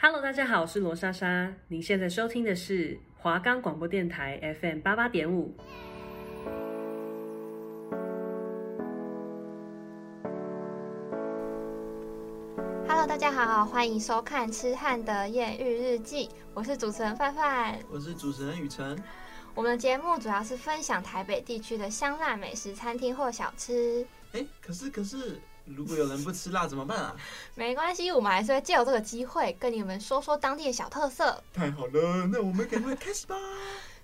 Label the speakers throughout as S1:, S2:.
S1: Hello，大家好，我是罗莎莎。您现在收听的是华冈广播电台 FM 八八点五。
S2: Hello，大家好，欢迎收看《痴汉的艳遇日记》，我是主持人范范。
S3: 我是主持人雨辰。
S2: 我们的节目主要是分享台北地区的香辣美食餐厅或小吃。
S3: 哎，可是可是，如果有人不吃辣怎么办 啊？
S2: 没关系，我们还是会借由这个机会跟你们说说当地的小特色。
S3: 太好了，那我们赶快开始 吧！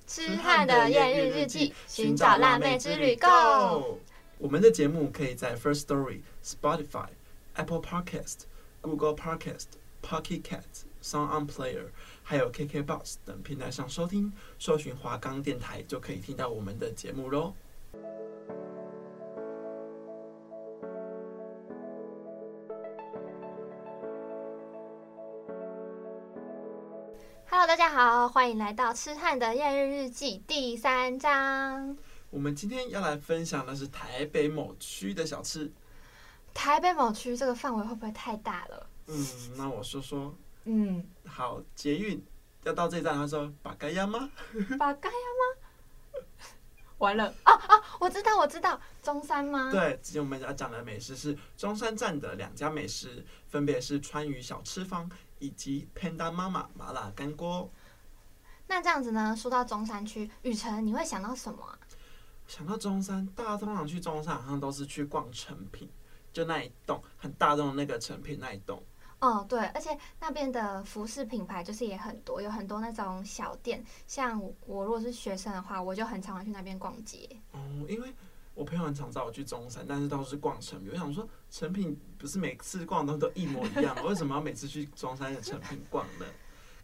S2: 痴汉的艳遇日记，寻找辣妹之旅 Go！
S3: 我们的节目可以在 First Story、Spotify、Apple Podcast、Google Podcast、Pocket Cast、Sound On Player，还有 KKBox 等平台上收听，搜寻华冈电台就可以听到我们的节目喽。
S2: Hello，大家好，欢迎来到《痴汉的艳遇日记》第三章。
S3: 我们今天要来分享的是台北某区的小吃。
S2: 台北某区这个范围会不会太大了？
S3: 嗯，那我说说，
S2: 嗯，
S3: 好，捷运要到这一站，他说把该压吗？
S2: 把盖亚吗？ 完了啊啊！我知道，我知道，中山吗？
S3: 对，之前我们要讲的美食是中山站的两家美食，分别是川渝小吃坊以及 Panda 妈妈麻辣干锅。
S2: 那这样子呢？说到中山区，雨辰，你会想到什么啊、
S3: 想到中山，大家通常去中山好像都是去逛成品，就那一栋很大栋的那个成品那一栋。
S2: 哦，对，而且那边的服饰品牌就是也很多，有很多那种小店。像我如果是学生的话，我就很常会去那边逛街。
S3: 哦，因为我朋友很常找我去中山，但是都是逛成品。我想说，成品不是每次逛的都都一模一 样吗？为什么要每次去中山的成品逛呢？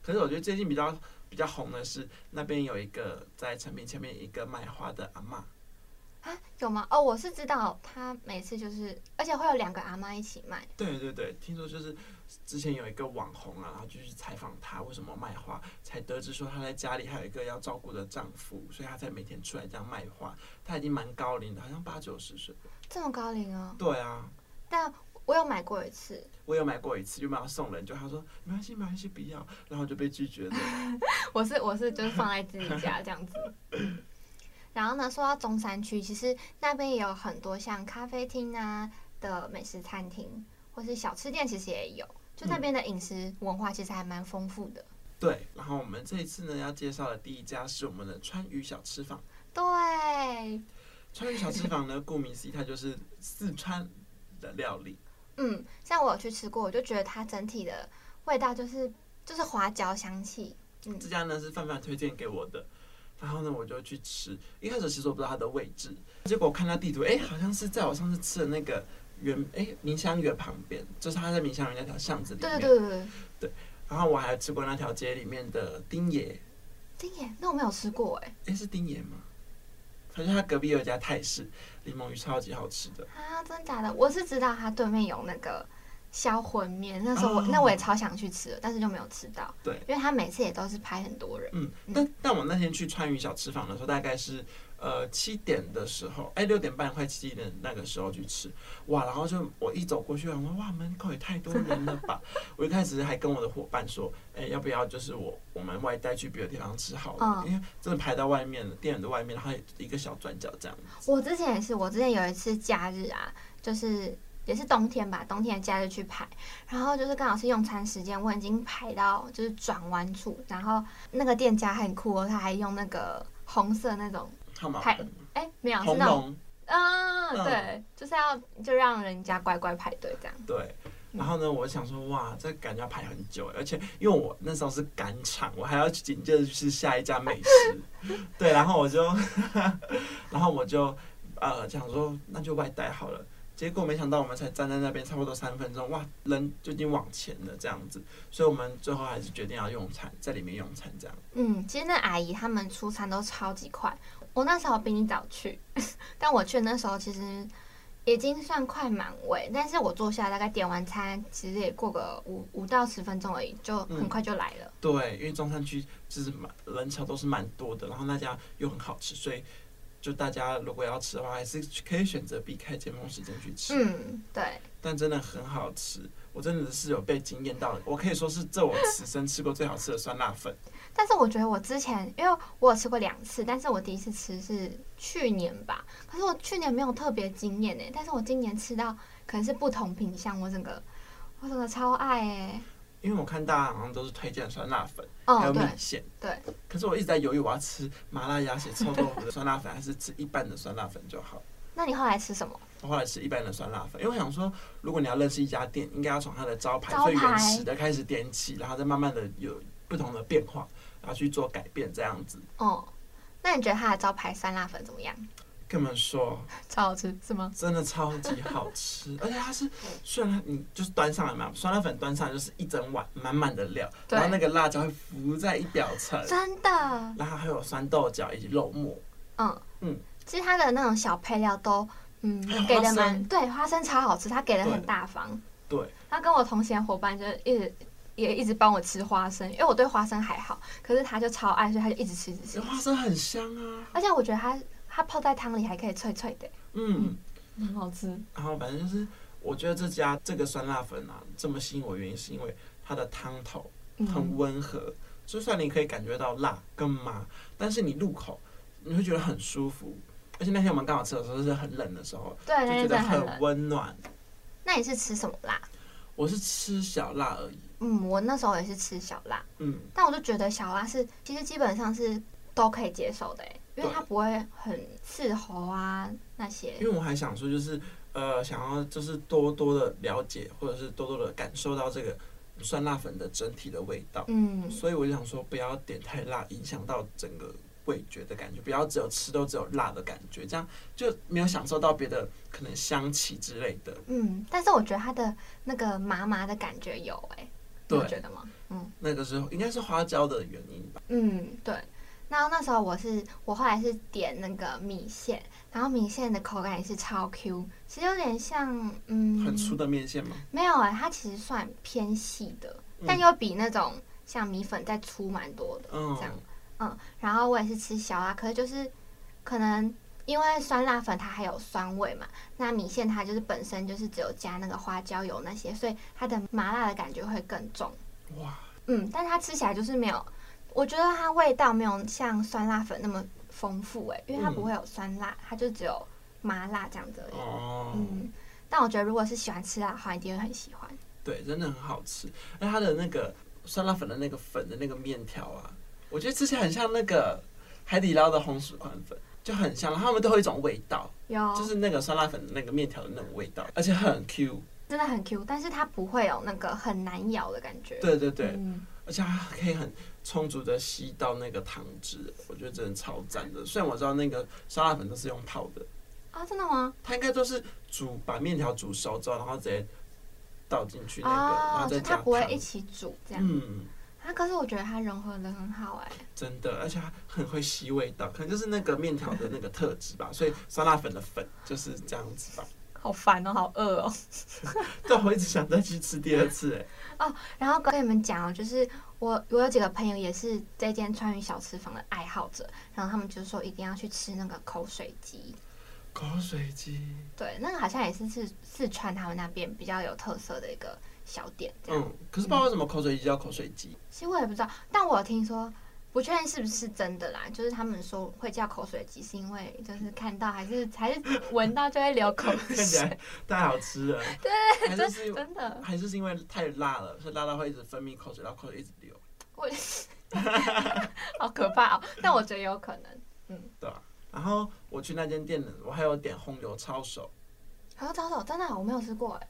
S3: 可是我觉得最近比较比较红的是那边有一个在成品前面一个卖花的阿嬷。
S2: 啊，有吗？哦，我是知道，他每次就是，而且会有两个阿妈一起卖。
S3: 对对对，听说就是之前有一个网红啊，然后就去采访她为什么卖花，才得知说她在家里还有一个要照顾的丈夫，所以她才每天出来这样卖花。她已经蛮高龄的，好像八九十岁。
S2: 这么高龄哦，
S3: 对啊，
S2: 但我有买过一次，
S3: 我有买过一次，就买要送人，就她说没关系没关系不要， 然后就被拒绝了。
S2: 我是我是就是放在自己家这样子。然后呢，说到中山区，其实那边也有很多像咖啡厅啊的美食餐厅，或是小吃店，其实也有。就那边的饮食文化其实还蛮丰富的。
S3: 对，然后我们这一次呢要介绍的第一家是我们的川渝小吃坊。
S2: 对，
S3: 川渝小吃坊呢，顾名思义，它就是四川的料理。
S2: 嗯，像我有去吃过，我就觉得它整体的味道就是就是花椒香气。嗯
S3: 这家呢是范范推荐给我的，然后呢我就去吃。一开始其实我不知道它的位置，结果我看它地图，哎、好像是在我上次吃的那个园，哎、明香园旁边，就是它在明香园那条巷子里
S2: 对
S3: 面。
S2: 对对对对，
S3: 然后我还吃过那条街里面的丁爷，
S2: 丁爷，那我没有吃过哎、
S3: 哎、是丁爷吗？反正它隔壁有一家泰式柠檬鱼，超级好吃的。
S2: 啊，真假的？我是知道它对面有那个销魂面，那时候我、
S3: 哦
S2: 那我也超想去吃的，但是就没有吃到。
S3: 对，
S2: 因为他每次也都是拍很多人。
S3: 嗯，但但我那天去川渝小吃坊的时候，大概是呃七点的时候，哎六点半快七点那个时候去吃，哇，然后就我一走过去，我说哇门口也太多人了 吧，我一开始还跟我的伙伴说，哎、要不要就是我我们外带去别的地方吃好了，
S2: 嗯
S3: 因为真的排到外面了，店员的外面，然后有一个小转角这样子，
S2: 我之前也是，我之前有一次假日啊，就是也是冬天吧，冬天的假日啊去排，然后就是刚好是用餐时间，我已经排到就是转弯处，然后那个店家很酷哦，他还用那个红色那种，
S3: 看嘛，
S2: 排哎、没有是
S3: 哦红
S2: 那种，
S3: 龙
S2: 嗯，
S3: 嗯
S2: 对，就是要就让人家乖乖排队这样。
S3: 对。然后呢，我想说，哇，这感觉要排很久，欸而且因为我那时候是赶场，我还要紧接着去下一家美食，对，然后我就， 然后我就，呃，想说那就外带好了。结果没想到我们才站在那边差不多三分钟，哇，人就已经往前了这样子，所以我们最后还是决定要用餐，在里面用餐这样。
S2: 嗯，其实那阿姨他们出餐都超级快，我那时候比你早去， 但我去的那时候其实已经算快满位，但是我坐下来大概点完餐，其实也过个五五到十分钟而已，就很
S3: 嗯
S2: 快就来了。
S3: 对，因为中山区就是蛮人潮都是蛮多的，然后那家又很好吃，所以就大家如果要吃的话，还是可以选择避开尖峰时间去吃。
S2: 嗯对，
S3: 但真的很好吃。我真的是有被惊艳到，我可以说是这我此生吃过最好吃的酸辣粉。
S2: 但是我觉得我之前，因为我有吃过两次，但是我第一次吃是去年吧，可是我去年没有特别惊艳欸诶，但是我今年吃到可能是不同品相，我整个我整个超爱诶。
S3: 因为我看大家好像都是推荐酸辣粉，还
S2: 哦
S3: 有米
S2: 对，
S3: 线，
S2: 对。
S3: 可是我一直在犹豫，我要吃麻辣鸭血臭豆腐的酸辣粉，还是吃一般的酸辣粉就好。
S2: 那你后来吃什么？
S3: 我后来吃一般的酸辣粉，因为我想说，如果你要认识一家店，应该要从它的招牌
S2: 招牌
S3: 最原始的开始点起，然后再慢慢的有不同的变化，然后去做改变，这样子。
S2: 哦，那你觉得它的招牌酸辣粉怎么样？
S3: 跟你们说，
S2: 超好吃是吗？
S3: 真的超级好 吃，而且它是虽然它你就是端上来嘛，酸辣粉端上来就是一整碗满满的料，
S2: 对
S3: 然后那个辣椒会浮在一表层，
S2: 真的，
S3: 然后还有酸豆角以及肉末，
S2: 嗯
S3: 嗯，
S2: 其实它的那种小配料都，嗯
S3: 还有，
S2: 给
S3: 花
S2: 的
S3: 生
S2: 蛮对，花生超好吃，它给的
S3: 对
S2: 很大方。
S3: 对，
S2: 他跟我同行的伙伴就是一直也一直帮我吃花生，因为我对花生还好，可是他就超爱，所以他就一直吃一直吃
S3: 这。花生很香啊，
S2: 而且我觉得它它泡在汤里还可以脆脆的，
S3: 嗯，
S2: 很好吃。
S3: 然后反正就是我觉得这家这个酸辣粉啊这么吸引我的原因是因为它的汤头很
S2: 嗯，
S3: 温和，就算你可以感觉到辣跟麻，但是你入口你会觉得很舒服，而且那天我们刚好吃的时候是很冷的时候，
S2: 对，那
S3: 就觉
S2: 哎天真
S3: 得
S2: 的很
S3: 很
S2: 冷。
S3: 温暖。
S2: 那你是吃什么辣？
S3: 我是吃小辣而已。
S2: 嗯，我那时候也是吃小辣，
S3: 嗯，
S2: 但我就觉得小辣是其实基本上是都可以接受的，欸因为
S3: 对
S2: 它不会很刺喉啊那些
S3: 因。为我还想说，就是呃，想要就是多多的了解，或者是多多的感受到这个酸辣粉的整体的味道，
S2: 嗯，
S3: 所以我就想说，不要点太辣，影响到整个味觉的感觉，不要只有吃都只有辣的感觉，这样就没有享受到别的可能香气之类的。
S2: 嗯，但是我觉得它的那个麻麻的感觉有哎、欸，你有
S3: 对
S2: 觉得吗？嗯
S3: 那个时候应该是花椒的原因吧。
S2: 嗯，对。然后那时候我是我后来是点那个米线，然后米线的口感也是超 Q，其实有点像嗯，
S3: 很粗的面线嘛，
S2: 没有哎、它其实算偏细的，但
S3: 嗯
S2: 又比那种像米粉再粗蛮多的。
S3: 嗯
S2: 这，样嗯，然后我也是吃小辣，可是就是可能因为酸辣粉它还有酸味嘛，那米线它就是本身就是只有加那个花椒油那些，所以它的麻辣的感觉会更重。
S3: 哇，
S2: 嗯，但它吃起来就是没有，我觉得它味道没有像酸辣粉那么丰富诶、因为它不
S3: 嗯
S2: 会有酸辣，它就只有麻辣这样子而已。
S3: 哦，
S2: 嗯，但我觉得如果是喜欢吃辣的话，一定会很喜欢。
S3: 对，真的很好吃。那它的那个酸辣粉的那个粉的那个面条啊，我觉得吃起来很像那个海底捞的红薯宽粉，就很像，然后他们都有一种味道，
S2: 有，
S3: 就是那个酸辣粉的那个面条的那种味道，而且很 Q。
S2: 真的很 Q，但是它不会有那个很难咬的感觉。
S3: 对对对，
S2: 嗯
S3: 而且它可以很充足的吸到那个汤汁，我觉得真的超赞的。虽然我知道那个酸辣粉都是用泡的，
S2: 啊，真的吗？
S3: 它应该都是煮把面条煮熟之后，然后直接倒进去那个，然
S2: 哦
S3: 后，再
S2: 就
S3: 加
S2: 它
S3: 汤。
S2: 不会一起煮这样。
S3: 嗯。
S2: 啊，可是我觉得它融合的很好哎、
S3: 真的，而且它很会吸味道，可能就是那个面条的那个特质吧，所以酸辣粉的粉就是这样子 吧。
S2: 好烦哦，好饿哦。
S3: 但我一直想再去吃第二次、哎，
S2: 然后跟你们讲哦，就是我我有几个朋友也是这间川渝小吃坊的爱好者，然后他们就说一定要去吃那个口水鸡，
S3: 口水鸡，
S2: 对，那个好像也是四四川他们那边比较有特色的一个小点这样。
S3: 嗯，可是不知道为什么口水鸡叫口水 鸡，
S2: 其实我也不知道，但我有听说。不确定是不是真的啦，就是他们说会叫口水鸡，是因为就是看到还是还是闻到就会流口
S3: 看起
S2: 水，
S3: 来太好吃了，
S2: 对，
S3: 还
S2: 真
S3: 是是因为
S2: 真的。
S3: 还是是因为太辣了，所以辣到会一直分泌口水，然后口水一直流，
S2: 我好可怕哦！但我觉得有可能，
S3: 对吧、然后我去那间店呢，我还有点红油抄手，
S2: 还有抄手真的我没有吃过哎。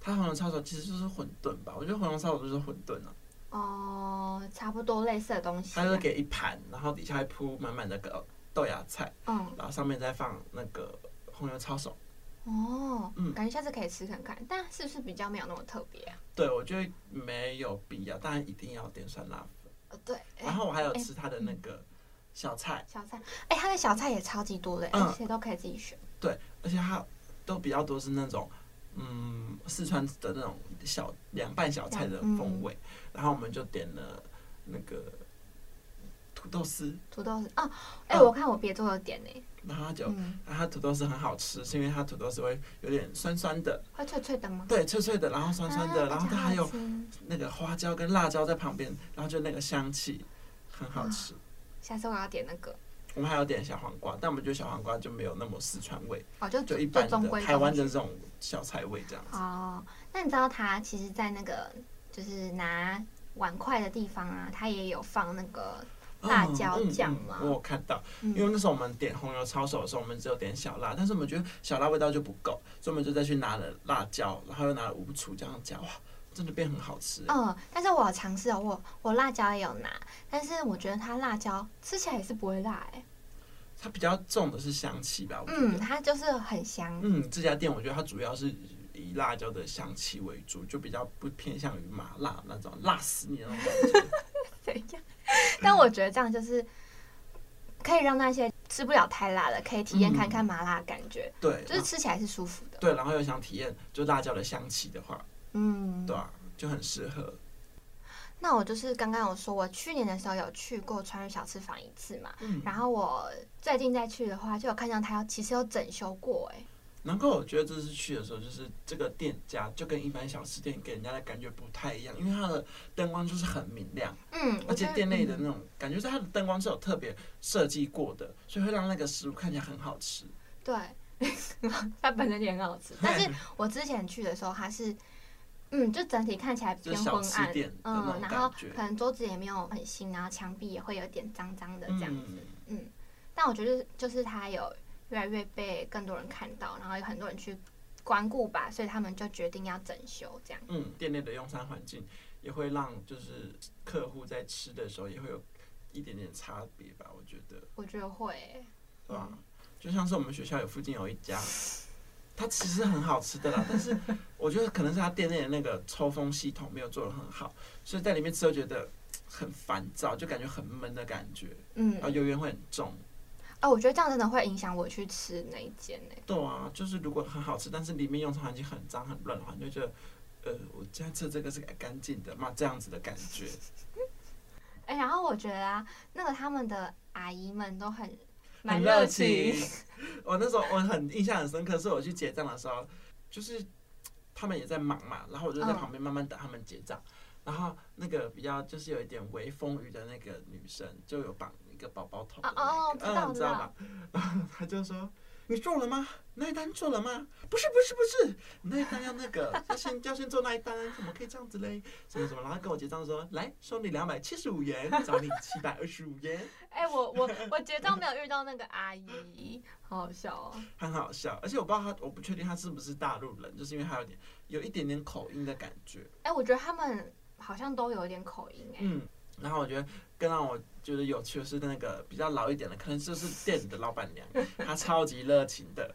S3: 它红油抄手其实就是馄饨吧，我觉得红油抄手就是馄饨啊，
S2: 哦，差不多类似的东西
S3: 它
S2: 啊。
S3: 就是给一盘，然后底下会铺满满的豆豆芽菜。
S2: 嗯，
S3: 然后上面再放那个红油抄手。
S2: 哦，
S3: 嗯
S2: 感觉下次可以吃看看，但是不是比较没有那么特别啊？
S3: 对，我觉得没有必要，当然一定要点酸辣粉。
S2: 呃，对，
S3: 然
S2: 哎，
S3: 后我还有吃它的那个小菜，
S2: 小菜，哎，它的小菜也超级多的，欸
S3: 嗯
S2: 而且都可以自己选。
S3: 而且它都比较多是那种嗯四川的那种小凉拌小菜的风味。然后我们就点了那个土豆丝，
S2: 土豆丝，哦，哎，
S3: 嗯
S2: 我看我别桌有点呢，
S3: 然后它就
S2: 嗯，
S3: 它土豆丝很好吃，是因为它土豆丝会有点酸酸的，
S2: 会脆脆的吗？
S3: 对，脆脆的，然后酸酸的，
S2: 啊
S3: 然后它还
S2: 好
S3: 有
S2: 吃
S3: 那个花椒跟辣椒在旁边，然后就那个香气很好吃。
S2: 啊下次我要点那个，
S3: 我们还有点小黄瓜，但我们觉得小黄瓜就没有那么四川味，
S2: 哦，就
S3: 就一般
S2: 中
S3: 的
S2: 规
S3: 台湾
S2: 中
S3: 的这种小菜味这样
S2: 矩
S3: 子。
S2: 哦。那你知道它其实，在那个就是拿碗筷的地方啊，它也有放那个辣椒酱
S3: 嘛
S2: 吗，
S3: 嗯嗯我有看到，
S2: 嗯
S3: 因为那时候我们点红油抄手的时候，我们只有点小辣，但是我们觉得小辣味道就不够，所以我们就再去拿了辣椒，然后又拿了五楚这样加，哇，真的变很好吃。欸
S2: 嗯，但是我有尝试哦，我我辣椒也有拿，但是我觉得它辣椒吃起来也是不会辣哎、
S3: 它比较重的是香气吧，我觉
S2: 嗯，
S3: 得。
S2: 它就是很香，
S3: 嗯，这家店我觉得它主要是以辣椒的香气为主，就比较不偏向于麻辣那种辣死你的那种感觉。
S2: 怎样？但我觉得这样就是可以让那些吃不了太辣的，可以体验看
S3: 嗯
S2: 看麻辣的感觉，
S3: 对，
S2: 就是吃起来是舒服的。
S3: 对，然后又想体验就辣椒的香气的话，
S2: 嗯，
S3: 对啊，就很适合。
S2: 那我就是刚刚有说，我去年的时候有去过川渝小吃坊一次嘛，
S3: 嗯，
S2: 然后我最近再去的话，就有看到它有其实有整修过哎、
S3: 难怪我觉得这次去的时候，就是这个店家就跟一般小吃店给人家的感觉不太一样，因为它的灯光就是很明亮，
S2: 嗯，我
S3: 而
S2: 觉
S3: 且
S2: 得
S3: 店
S2: 嗯
S3: 内的那种感觉是它的灯光是有特别设计过的，所以会让那个食物看起来很好吃。
S2: 对， 它本身也很好吃， 但是我之前去的时候，它是，嗯，就整体看起来
S3: 就
S2: 偏
S3: 是小
S2: 昏
S3: 吃
S2: 暗，
S3: 店的那
S2: 嗯，
S3: 种
S2: 然后
S3: 感觉，
S2: 可能桌子也没有很新，然后墙壁也会有点脏脏的这样。
S3: 嗯
S2: 但我觉得就是它有越来越被更多人看到，然后有很多人去光顾吧，所以他们就决定要整修这样。
S3: 嗯，店内的用餐环境也会让就是客户在吃的时候也会有一点点差别吧，我觉得，
S2: 我觉得会欸、
S3: 对吧？就像是我们学校有附近有一家，它其实很好吃的啦，但是我觉得可能是它店内的那个抽风系统没有做得很好，所以在里面吃都觉得很烦躁，就感觉很闷的感觉，
S2: 嗯
S3: 然，后油烟会很重。
S2: 哦，我觉得这样真的会影响我去吃那一间欸呢、
S3: 对啊，就是如果很好吃，但是里面用餐环境很脏很乱的话，你就觉得，呃，我今天吃的这个是干净的嘛，这样子的感觉。
S2: 哎、然后我觉得啊，那个他们的阿姨们都很蛮
S3: 很热
S2: 情
S3: 情。。 我那时候我很印象很深刻，是我去结账的时候，就是他们也在忙嘛，然后我就在
S2: 嗯
S3: 旁边慢慢等他们结账。然后那个比较就是有一点微风雨的那个女生，就有绑一个包包头的
S2: 哦
S3: 那
S2: 哦知道
S3: 个，嗯，你
S2: 知
S3: 知
S2: 道
S3: 道吧？然后她就说。你做了吗？那一单做了吗？不是不是不是，那一单要那个，要先要先做那一单，怎么可以这样子嘞？什么什么？然后跟我结账说，来收你两百七十五元，找你七百二十五元。
S2: 哎、我我我结账没有遇到那个阿姨，好好笑哦。
S3: 很好笑，而且我不知道他，我不确定他是不是大陆人，就是因为他有点有一点点口音的感觉，
S2: 哎、我觉得他们好像都有一点口音哎、
S3: 嗯。然后我觉得更让我觉得有趣的是那个比较老一点的，可能就是店里的老板娘，她超级热情的，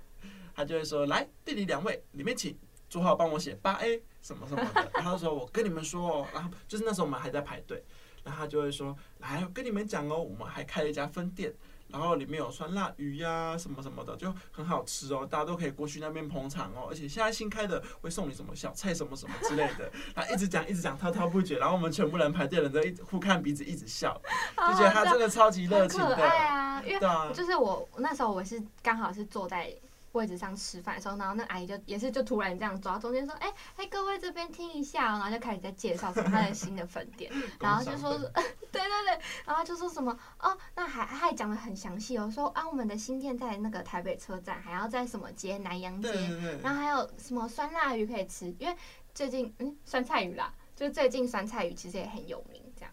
S3: 她就会说：“来，店里两位，里面请，做好帮我写八 A 什么什么的。”然后她说：“我跟你们说哦。”然后就是那时候我们还在排队，然后她就会说：“来，我跟你们讲哦，我们还开了一家分店，然后里面有酸辣鱼呀、什么什么的，就很好吃哦，大家都可以过去那边捧场哦。而且现在新开的会送你什么小菜什么什么之类的，然后一直讲一直讲，滔滔不绝。然后我们全部人排队的人都一直互看鼻子，一直笑，
S2: 哦
S3: 就觉得他真的超级热
S2: 很
S3: 情
S2: 可爱
S3: 的，
S2: 啊。因
S3: 对啊
S2: 为，就是我那时候我是刚好是坐在位置上吃饭的时候，然后那阿姨就也是就突然这样抓中间说：“哎、哎、各位这边听一下、哦。”然后就开始在介绍什么他的新的分店，然后就说
S3: 工商的
S2: 对对对，然后就说什么哦，那还还讲的很详细哦，说啊我们的新店在那个台北车站，还要在什么街南洋街
S3: 对，对对
S2: 然后还有什么酸辣鱼可以吃，因为最近嗯酸菜鱼啦，就是最近酸菜鱼其实也很有名，这样。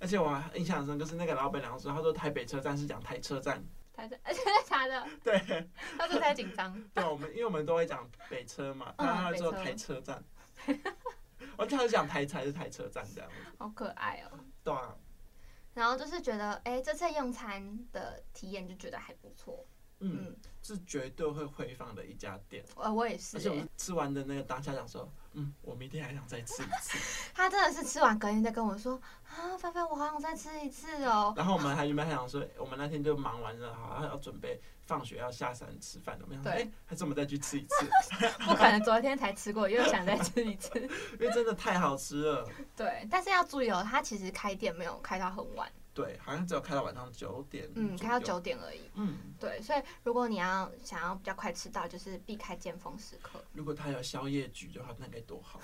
S3: 而且我还印象很深，就是那个老板娘说，她说台北车站是讲台车站，
S2: 他 在，真的假的？
S3: 对，
S2: 他是太紧 张。
S3: 对，我们因为我们都会讲北车嘛，
S2: 嗯
S3: 然后她说
S2: 北车
S3: 台车站，我她就讲台才是台车站这样子，
S2: 好可爱哦、
S3: 对啊，
S2: 然后就是觉得，哎、这次用餐的体验就觉得还不错。
S3: 嗯，
S2: 嗯，
S3: 是绝对会回放的一家店，
S2: 呃，我也是、
S3: 而且我
S2: 哎
S3: 们吃完的那个当下想说，嗯，我明天还想再吃一次。
S2: 他真的是吃完隔天再跟我说，啊，菲菲，我好想再吃一次哦、
S3: 然后我们还原本还想说，哎我们那天就忙完了，好像要准备放学要下山吃饭，我们想说，哎、
S2: 对
S3: 还是我们再去吃一次，
S2: 不可能，昨天才吃过，又想再吃一次。
S3: 因为真的太好吃了。
S2: 对，但是要注意哦、他其实开店没有开到很晚，
S3: 对，好像只有开到晚上九点。
S2: 嗯，开到九。点而已。
S3: 嗯，
S2: 对，所以如果你要想要比较快吃到，就是避开尖峰时刻。
S3: 如果他有宵夜局的话，那该多好！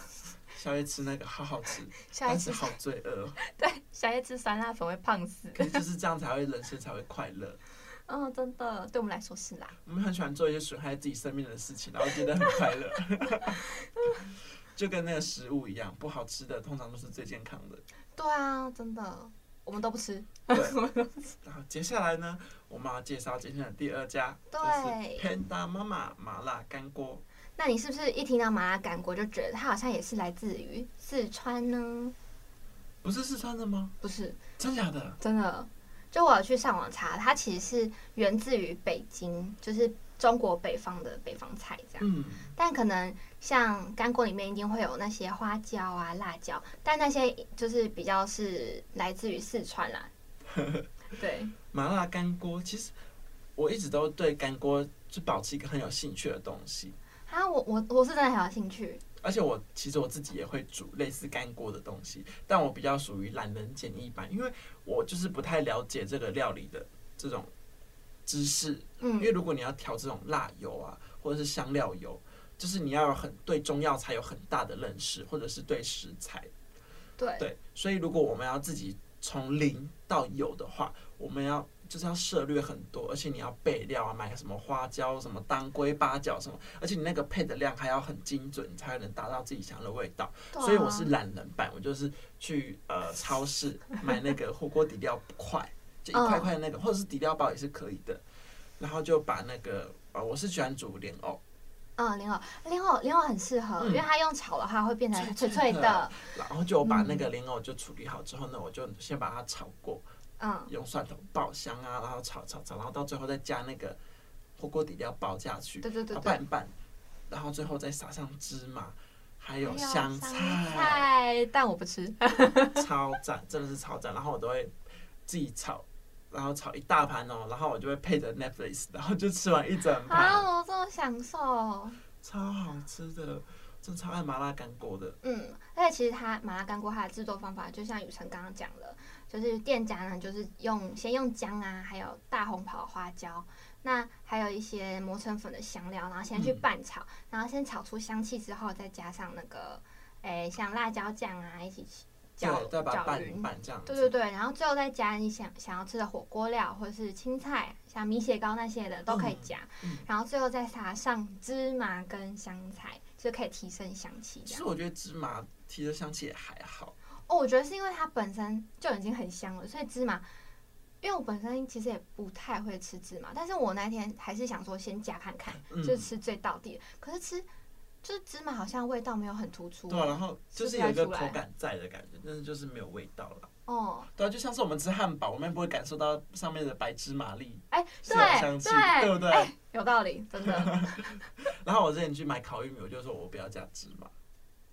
S3: 宵夜吃那个好好吃，
S2: 宵夜
S3: 但是
S2: 吃
S3: 好罪恶。哦
S2: 对，宵夜吃酸辣粉会胖 死。
S3: 可是就是这样才会人生才会快乐。
S2: 嗯，真的，对我们来说是啦。
S3: 我们很喜欢做一些损害自己生命的事情，然后觉得很快乐。 就跟那个食物一样，不好吃的通常都是最健康的。
S2: 对啊，真的，我们都不吃。
S3: 对， 然后接下来呢，我们要介绍今天的第二家，就
S2: 对
S3: 是 Panda 妈妈麻辣干锅。
S2: 那你是不是一听到麻辣干锅就觉得它好像也是来自于四川呢？
S3: 不是四川的吗？
S2: 不是，
S3: 真假的？
S2: 真的，就我有去上网查，它其实是源自于北京，就是中国北方的北方菜这样。
S3: 嗯，
S2: 但可能像干锅里面一定会有那些花椒啊、辣椒，但那些就是比较是来自于四川 啦。对，
S3: 麻辣干锅。其实我一直都对干锅就保持一个很有兴趣的东西，
S2: 啊，我我我是真的很有兴趣。
S3: 而且我其实我自己也会煮类似干锅的东西，但我比较属于懒人简易版，因为我就是不太了解这个料理的这种知识。
S2: 嗯
S3: 因为如果你要调这种辣油啊，或者是香料油，就是你要有很对中药材有很大的认识，或者是对食材。
S2: 对，
S3: 对，所以如果我们要自己从零到有的话，我们要就是要涉略很多，而且你要备料啊，买什么花椒、什么当归、八角什么，而且你那个配的量还要很精准，你才能达到自己想要的味道。
S2: 对啊
S3: 所以我是懒人版，我就是去呃超市买那个火锅底料块，就一块块的那个，或者是底料包也是可以的。然后就把那个呃，我是喜欢煮莲藕，
S2: 嗯，莲藕，莲藕，莲藕很适合，
S3: 嗯
S2: 因为它用炒的话会变成
S3: 脆
S2: 脆
S3: 脆
S2: 脆
S3: 的
S2: 的。
S3: 然后就把那个莲藕就处理好之后呢，我就先把它炒过，
S2: 嗯，
S3: 用蒜头爆香啊，然后炒炒炒，然后到最后再加那个火锅底料包下去，
S2: 对对对
S3: 啊然后
S2: 对
S3: 拌。一拌，然后最后再撒上芝麻，还有
S2: 还
S3: 香菜，啊
S2: 菜，但我不吃。
S3: 超赞，真的是超赞。然后我都会自己炒，然后炒一大盘哦，然后我就会配着 Netflix，然后就吃完一整盘，
S2: 啊，我这么享受。
S3: 超好吃的，真的超爱麻辣干锅的。
S2: 嗯，而且其实它麻辣干锅它的制作方法，就像雨辰刚刚讲的，就是店家呢，就是用先用姜啊，还有大红袍花椒，那还有一些磨成粉的香料，然后先去
S3: 嗯
S2: 拌炒，然后先炒出香气之后，再加上那个，诶、像辣椒酱啊，一起搅
S3: 对，再把它
S2: 搅
S3: 拌一
S2: 匀。
S3: 拌这样子。
S2: 对对对，然后最后再加你想想要吃的火锅料或者是青菜，像米血糕那些的都可以加，
S3: 嗯嗯
S2: 然后最后再撒上芝麻跟香菜，就可以提升香气。这
S3: 其
S2: 样。
S3: 实我觉得芝麻提的香气也还好，
S2: 哦，我觉得是因为它本身就已经很香了，所以芝麻，因为我本身其实也不太会吃芝麻，但是我那天还是想说先加看看，
S3: 嗯，
S2: 就吃最到底的。可是吃就是芝麻好像味道没有很突出，
S3: 对啊，然后就
S2: 吃
S3: 是
S2: 不太
S3: 有一个
S2: 出
S3: 口
S2: 来
S3: 感在的感觉，但是就是没有味道了。
S2: 哦，
S3: 对啊，就像是我们吃汉堡，我们也不会感受到上面的白芝麻粒
S2: 哎、
S3: 是有
S2: 对
S3: 香气，
S2: 对
S3: 对不对？
S2: 哎有道理，真 的。
S3: 然后我之前去买烤玉米，我就说我不要加芝麻。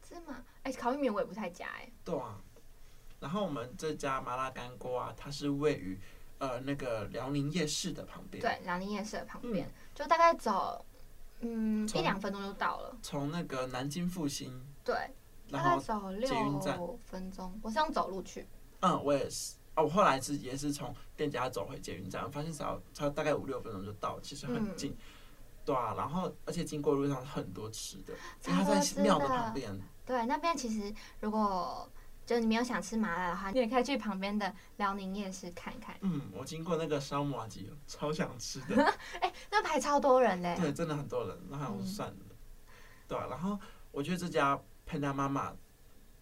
S2: 芝麻，哎、烤玉米我也不太加、哎，
S3: 对啊，然后我们这家麻辣干锅啊，它是位于呃那个辽宁夜市的旁边，，
S2: 对，辽宁夜市的旁边，就大概走，嗯，
S3: 嗯从
S2: 一两分钟就到了，
S3: 从那个南京复兴，
S2: 对，
S3: 然
S2: 大概
S3: 后
S2: 走
S3: 捷运站
S2: 六分钟，我是用走路去，
S3: 嗯，我也是。哦，我后来是也是从店家走回捷运站，我发现只要只要大概五六分钟就到，其实很
S2: 嗯
S3: 近。对啊，然后而且经过路上很多吃的，因哎为它
S2: 超多
S3: 在
S2: 吃
S3: 庙的
S2: 的
S3: 旁边，
S2: 对，那边其实如果就是你没有想吃麻辣的话，你也可以去旁边的辽宁夜市看看。
S3: 嗯，我经过那个烧麻鸡，超想吃的。
S2: 哎、那排超多人嘞。
S3: 对，真的很多人，那还
S2: 嗯
S3: 算了。对、啊，然后我觉得这家 Panda 妈妈，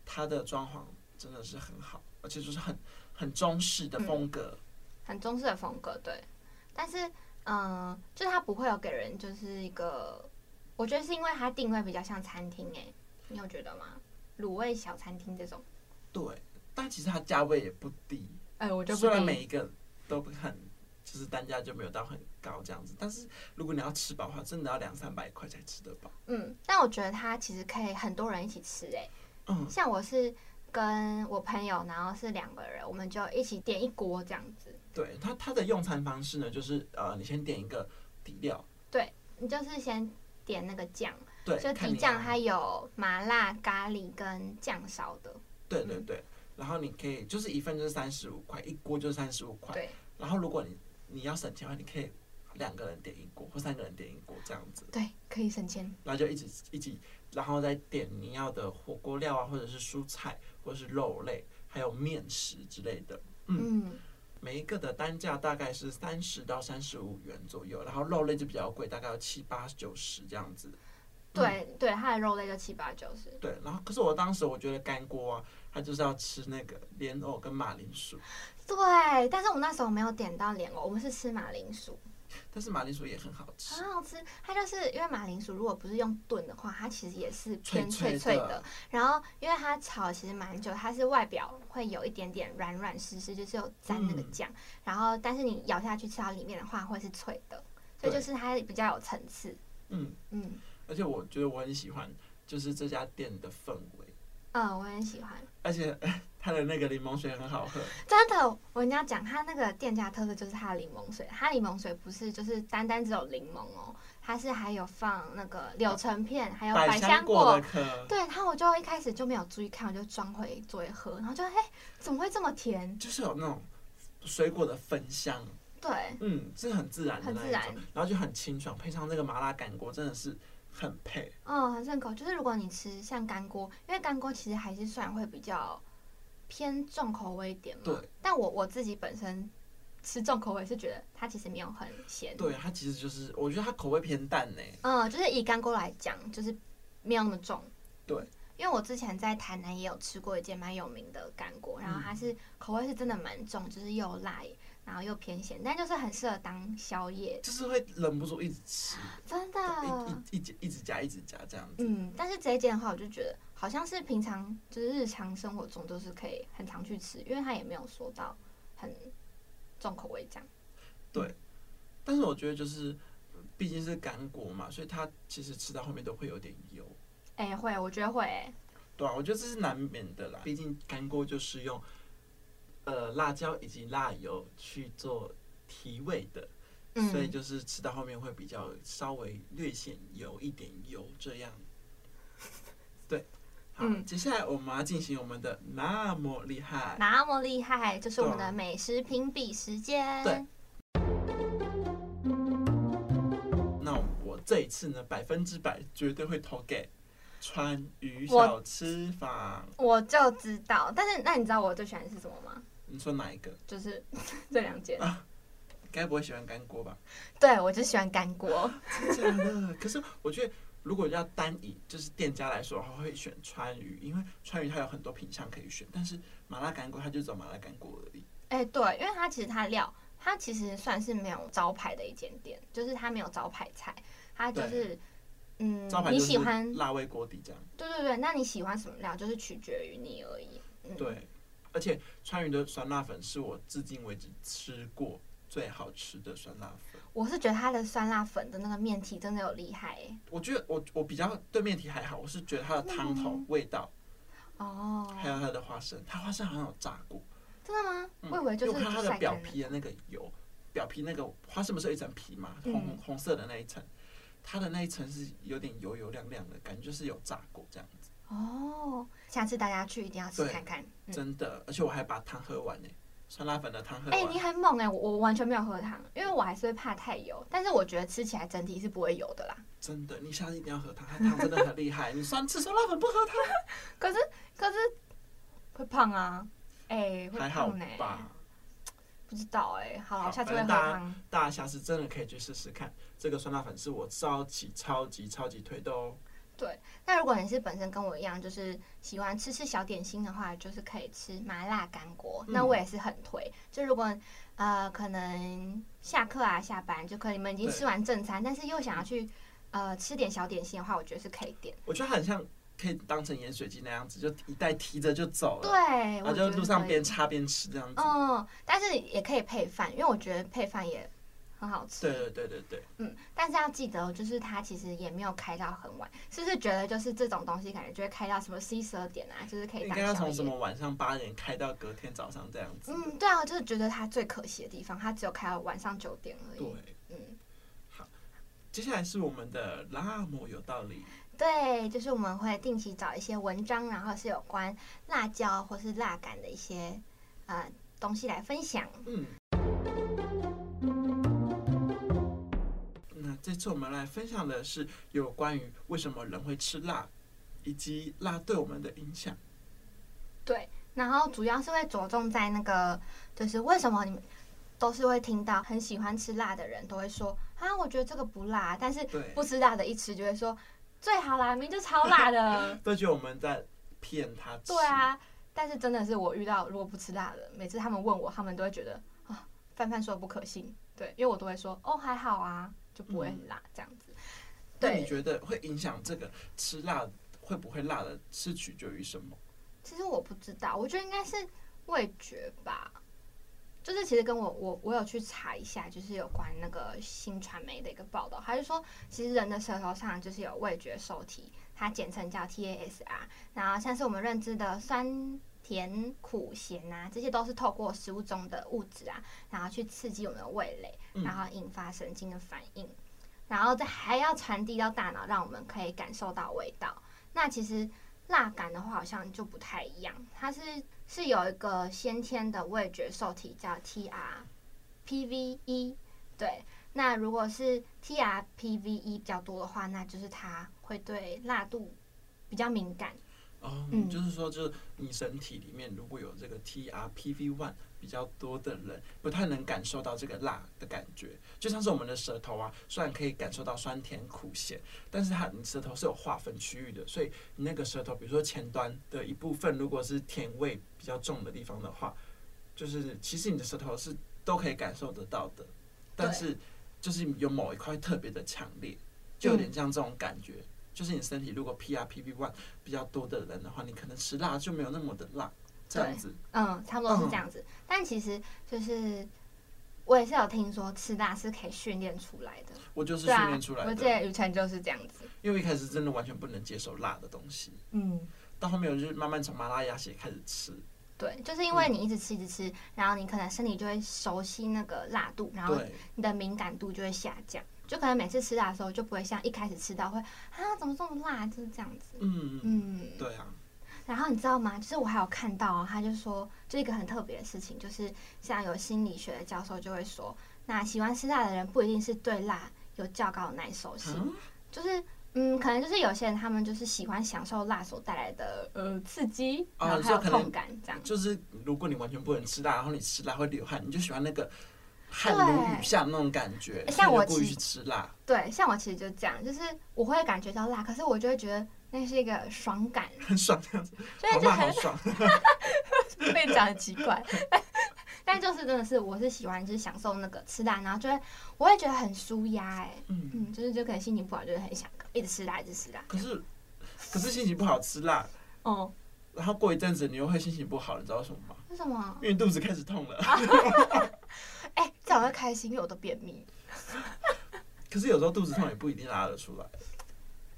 S3: 它的装潢真的是很好，而且就是很很中式
S2: 嗯
S3: 的风格。
S2: 很中式的风格，对。但是，嗯、就是它不会有给人就是一个，我觉得是因为它定位比较像餐厅，哎，你有觉得吗？卤味小餐厅这种，
S3: 对，但其实它价位也不低，
S2: 哎、我
S3: 虽然每一个都很就是单价就没有到很高这样子，但是如果你要吃饱的话，真的要两三百块才吃得饱。
S2: 嗯，但我觉得它其实可以很多人一起吃，哎，
S3: 嗯，
S2: 像我是跟我朋友，然后是两个人，我们就一起点一锅这样子。
S3: 对，它它的用餐方式呢，就是呃，你先点一个底料，
S2: 你就是先点那个酱，
S3: 对，
S2: 就底
S3: 看你
S2: 酱
S3: 要
S2: 它有麻辣、咖喱跟酱烧的。
S3: 对对
S2: 嗯
S3: 对，然后你可以就是一份就是三十五块，一锅就是三十五块。
S2: 对
S3: 然后如果你你要省钱的话，你可以两个人点一锅或三个人点一锅这样子，
S2: 对，可以省钱。
S3: 然后就一起一起，然后再点你要的火锅料啊，或者是蔬菜，或者是肉类，还有面食之类的。
S2: 嗯，
S3: 每一个的单价大概是三十到三十五元左右，然后肉类就比较贵，大概要七八九十这样子。
S2: 对
S3: 嗯
S2: 对，它的肉类就七八九十，
S3: 对，然后可是我当时我觉得干锅啊，它就是要吃那个莲藕跟马铃薯，
S2: 对，但是我们那时候没有点到莲藕，我们是吃马铃薯，
S3: 但是马铃薯也很好吃。
S2: 很好吃。它就是因为马铃薯如果不是用炖的话，它其实也是偏
S3: 脆
S2: 脆
S3: 脆
S2: 脆
S3: 的
S2: 的。然后因为它炒其实蛮久，它是外表会有一点点软软湿湿，就是有沾那个
S3: 嗯
S2: 酱。然后但是你咬下去吃到里面的话，会是脆的，所以就
S3: 对
S2: 是它比较有层次。
S3: 嗯，
S2: 嗯
S3: 而且我觉得我很喜欢，就是这家店的氛围，
S2: 嗯，我很喜欢。
S3: 而且 它的那个柠檬水很好喝。
S2: 真的，我跟你讲，它那个店家特色就是它的柠檬水，它柠檬水不是就是单单只有柠檬哦，它是还有放那个柳橙片，还有百香
S3: 香
S2: 果。
S3: 的壳
S2: 对，然后我就一开始就没有注意看，我就装回作为喝，然后就哎、怎么会这么甜？
S3: 就是有那种水果的芬香，
S2: 对，
S3: 嗯，是很自然的
S2: 很
S3: 那
S2: 自
S3: 一
S2: 然
S3: 种，然后就很清爽，配上那个麻辣干锅真的是很配。
S2: 嗯，很顺口。就是如果你吃像干锅，因为干锅其实还是算会比较偏重口味一点嘛。
S3: 对。
S2: 但我我自己本身吃重口味是觉得它其实没有很咸。。
S3: 对，它其实就是，我觉得它口味偏淡呢、
S2: 嗯，就是以干锅来讲，就是没有那么重。
S3: 对。
S2: 因为我之前在台南也有吃过一间蛮有名的干锅，
S3: 嗯
S2: 然后它是口味是真的蛮重，就是又辣，然后又偏咸，但就是很适合当宵夜，
S3: 就是会忍不住一直吃，
S2: 真的。
S3: 一一一直一直夹一直夹这样子。
S2: 嗯，但是这一间的话，我就觉得好像是平常就是日常生活中都是可以很常去吃，因为它也没有说到很重口味这样。
S3: 但是我觉得就是，毕竟是干锅嘛，所以它其实吃到后面都会有点油。
S2: 哎、会，我觉得会、哎
S3: 对啊，我觉得这是难免的啦，毕竟干锅就是用呃辣椒以及辣油去做提味的，
S2: 嗯，
S3: 所以就是吃到后面会比较稍微略显油一点油这样。对，好，
S2: 嗯
S3: 接下来我们要进行我们的那么厉害。
S2: 那么厉害，就是我们
S3: 对啊
S2: 的美食评比时间。
S3: 对那我这一次呢，百分之百绝对会投给川渝小吃坊。
S2: 我就知道，但是那你知道我最喜欢的是什么吗？
S3: 你说哪一个？
S2: 就是 这两间。
S3: 该不会喜欢干锅吧？
S2: 对，我就喜欢干锅。
S3: 真的假的？可是我觉得，如果要单以就是店家来说的话，我会选川渝，因为川渝它有很多品相可以选，但是麻辣干锅它就走麻辣干锅而已。
S2: 哎、对，因为它其实它的料，它其实算是没有招牌的一间店，就是它没有招牌菜，它就是嗯
S3: 招，牌
S2: 你
S3: 就
S2: 喜
S3: 是
S2: 欢，
S3: 辣味锅底这样。
S2: 对对对，那你喜欢什么料，就是取决于你而已。嗯，
S3: 对，而且川渝的酸辣粉是我至今为止吃过最好吃的酸辣粉。
S2: 我是觉得它的酸辣粉的那个面体真的有厉害、哎
S3: 我觉得我我比较对面体还好，我是觉得它的汤头味道，
S2: 嗯哦，
S3: 还有它的花生，它花生好像有炸过。
S2: 真的吗？
S3: 嗯
S2: 我以为就
S3: 因
S2: 是
S3: 为我看它
S2: 晒
S3: 的表
S2: 干的
S3: 皮的那个油，表皮那个花生不是有一层皮嘛，
S2: 嗯
S3: 红红色的那一层，它的那一层是有点油油亮亮的感觉，就是有炸过这样子，
S2: 哦，下次大家去一定要吃
S3: 对
S2: 看看。嗯
S3: 真的。而且我还把汤喝完呢、酸辣粉的汤喝
S2: 哎、
S3: 完。
S2: 你很猛哎、我我完全没有喝汤，因为我还是会怕太油，但是我觉得吃起来整体是不会油的啦。
S3: 真的，你下次一定要喝汤，它汤真的很 厉害。你酸吃酸辣粉不喝汤，
S2: 可是可是会胖啊，哎、会
S3: 还好
S2: 胖呢、
S3: 吧？
S2: 不知道哎、好啦，
S3: 好
S2: 我下次会喝
S3: 反正大
S2: 汤。
S3: 大家下次真的可以去试试看，这个酸辣粉是我超级超级超级推的哦。
S2: 那如果你是本身跟我一样，就是喜欢吃吃小点心的话，就是可以吃麻辣干锅。
S3: 嗯
S2: 那我也是很推，就如果呃可能下课啊下班，就可能你们已经
S3: 对
S2: 吃完正餐，但是又想要去呃吃点小点心的话，我觉得是可以点。
S3: 我觉得它很像可以当成盐水鸡那样子，就一袋提着就走了。
S2: 对，
S3: 然
S2: 我
S3: 后
S2: 觉得
S3: 就路上
S2: 可以
S3: 边擦边吃这样子。
S2: 嗯，但是也可以配饭，因为我觉得配饭也很好吃。
S3: 对对对对对，
S2: 嗯，但是要记得哦，就是它其实也没有开到很晚，是不是觉得就是这种东西感觉就会开到什么十一十二点啊，就是可以
S3: 应
S2: 当
S3: 该要
S2: 宵
S3: 从什
S2: 夜。
S3: 么晚上八点开到隔天早上这样子。
S2: 嗯，对啊，我就是觉得它最可惜的地方，它只有开到晚上九点而已。
S3: 对，
S2: 嗯，
S3: 接下来是我们的拉姆有道理，
S2: 对，就是我们会定期找一些文章，然后是有关辣椒或是辣感的一些呃东西来分享。
S3: 嗯。嗯那这次我们来分享的是有关于为什么人会吃辣，以及辣对我们的影响。
S2: 对，然后主要是会着重在那个，就是为什么你们都是会听到很喜欢吃辣的人都会说啊，我觉得这个不辣，但是
S3: 对，。
S2: 不吃辣的一吃就会说最好啦，明明就超辣的
S3: 都觉得我们在骗他吃。
S2: 对，啊，但是真的是我遇到如果不吃辣的，每次他们问我，他们都会觉得啊，范范说的不可信。对，因为我都会说哦还好啊，就不会很辣、这样子。
S3: 那你
S2: 对，
S3: 觉得会影响这个吃辣会不会辣的，是取决于什么？
S2: 其实我不知道，我觉得应该是味觉吧。就是其实跟我我我有去查一下，就是有关那个新传媒的一个报道，它就说其实人的舌头上就是有味觉受体，它简称叫 TASR。然后像是我们认知的酸、甜、苦、咸啊，这些都是透过食物中的物质啊，然后去刺激我们的味蕾，
S3: 嗯
S2: 然后引发神经的反应，然后再还要传递到大脑，让我们可以感受到味道。那其实辣感的话，好像就不太一样，它是是有一个先天的味觉受体叫 TRPV1，对。E，那如果是 TRPV1 E 比较多的话，那就是它会对辣度比较敏感。
S3: 哦，
S2: 嗯
S3: 就是说，就是你身体里面如果有这个 TRPV one 比较多的人，不太能感受到这个辣的感觉。就像是我们的舌头啊，虽然可以感受到酸甜苦咸，但是它你舌头是有划分区域的，所以你那个舌头，比如说前端的一部分，如果是甜味比较重的地方的话，就是其实你的舌头是都可以感受得到的，但是就是有某一块特别的强烈，就有点像这种感觉。就是你身体如果 PRPV one 比较多的人的话，你可能吃辣就没有那么的辣，这样子。
S2: 嗯，差不多是这样子。但其实就是我也是有听说吃辣是可以训练出来的，
S3: 我就是
S2: 对
S3: 训
S2: 啊
S3: 练出，来
S2: 我记
S3: 的，
S2: 得雨辰就是这样子。
S3: 因为一开始真的完全不能接受辣的东西，
S2: 嗯，
S3: 到后面我就是慢慢从麻辣鸭血开始吃。
S2: 对，就是因为你一直吃一直吃，然后你可能身体就会熟悉那个辣度，然后
S3: 对，
S2: 你的敏感度就会下降。就可能每次吃辣的时候，就不会像一开始吃到会啊怎么这么辣，就是这样子。
S3: 嗯，嗯
S2: 嗯，
S3: 对啊，
S2: 然后你知道吗？就是我还有看到、啊，他就说，就一个很特别的事情，就是像有心理学的教授就会说，那喜欢吃辣的人不一定是对辣有较高的耐受性，
S3: 嗯
S2: 就是嗯，可能就是有些人他们就是喜欢享受辣所带来的呃刺激，
S3: 啊
S2: 然后还有
S3: 就可能
S2: 痛感这样。
S3: 就是如果你完全不能吃辣，然后你吃辣会流汗，你就喜欢那个汗如雨下那种感觉，
S2: 像
S3: 所以
S2: 我
S3: 就故意
S2: 其
S3: 去吃辣。
S2: 对，像我其实就这样，就是我会感觉到辣，可是我就会觉得那是一个爽感，
S3: 很爽，这样子，
S2: 所以
S3: 好
S2: 就
S3: 辣
S2: 很
S3: 好爽。
S2: 被讲很奇怪， 但就是真的是我是喜欢就是享受那个吃辣，然后就会我会觉得很舒压哎、
S3: 嗯，
S2: 嗯，就是就可能心情不好，就是很想一直吃辣，一直吃辣。
S3: 可是可是心情不好吃辣，
S2: 哦，
S3: 然后过一阵子你又会心情不好，你知道为什么吗？
S2: 为什么
S3: 因？为你肚子开始痛了。
S2: 哎、这样会开心，因为我都便秘。
S3: 可是有时候肚子痛也不一定拉得出来。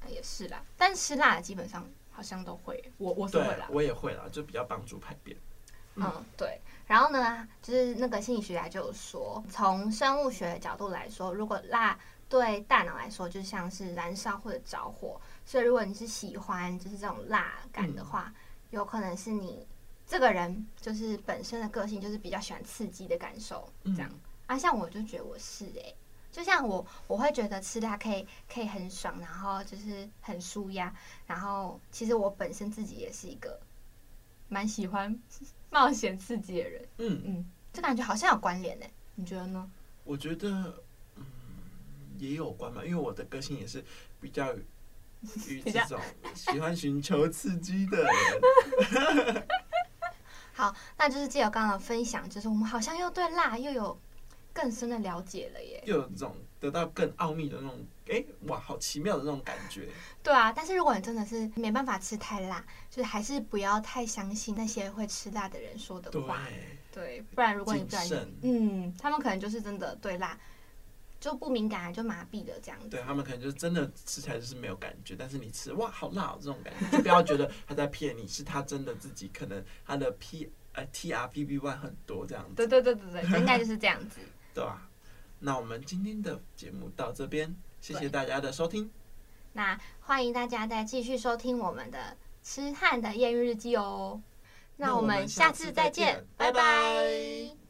S2: 啊也是啦，但吃辣的基本上好像都会，我我是
S3: 对
S2: 会啦，。
S3: 我也会啦，就比较帮助排便。
S2: 嗯，对。然后呢，就是那个心理学家就有说，从生物学的角度来说，如果辣对大脑来说就像是燃烧或者着火，所以如果你是喜欢就是这种辣感的话，有可能是你这个人就是本身的个性就是比较喜欢刺激的感受，
S3: 嗯
S2: 这样。啊，像我就觉得我是哎、就像我，我会觉得吃辣可以可以很爽，然后就是很舒压，然后其实我本身自己也是一个蛮喜欢 冒险刺激的人，
S3: 嗯，
S2: 嗯，这感觉好像有关联呢、欸你觉得呢？
S3: 我觉得嗯也有关吧，因为我的个性也是比较与
S2: 比
S3: 这
S2: 较
S3: 种喜欢寻求刺激的 人。
S2: 那就是借由刚刚的分享，就是我们好像又对辣又有更深的了解了耶。
S3: 又有这种得到更奥秘的那种，哎、哇，好奇妙的那种感觉。
S2: 对啊，但是如果你真的是没办法吃太辣，就是还是不要太相信那些会吃辣的人说的
S3: 对，
S2: 话，对，不然如果你
S3: 谨
S2: 不小心
S3: 慎。
S2: 嗯，他们可能就是真的对辣就不敏感，就麻痹了这样子。
S3: 对他们可能就真的吃起来就是没有感觉，但是你吃哇好辣、哦、这种感觉，就不要觉得他在骗你，是他真的自己可能他的 P 呃 T R P B one 很多这样子，
S2: 对对对对 对，应该就是这样子。
S3: 对吧、那我们今天的节目到这边，谢谢大家的收听，
S2: 那欢迎大家再继续收听我们的痴汉的艳遇日记哦。那我们下次再见，拜拜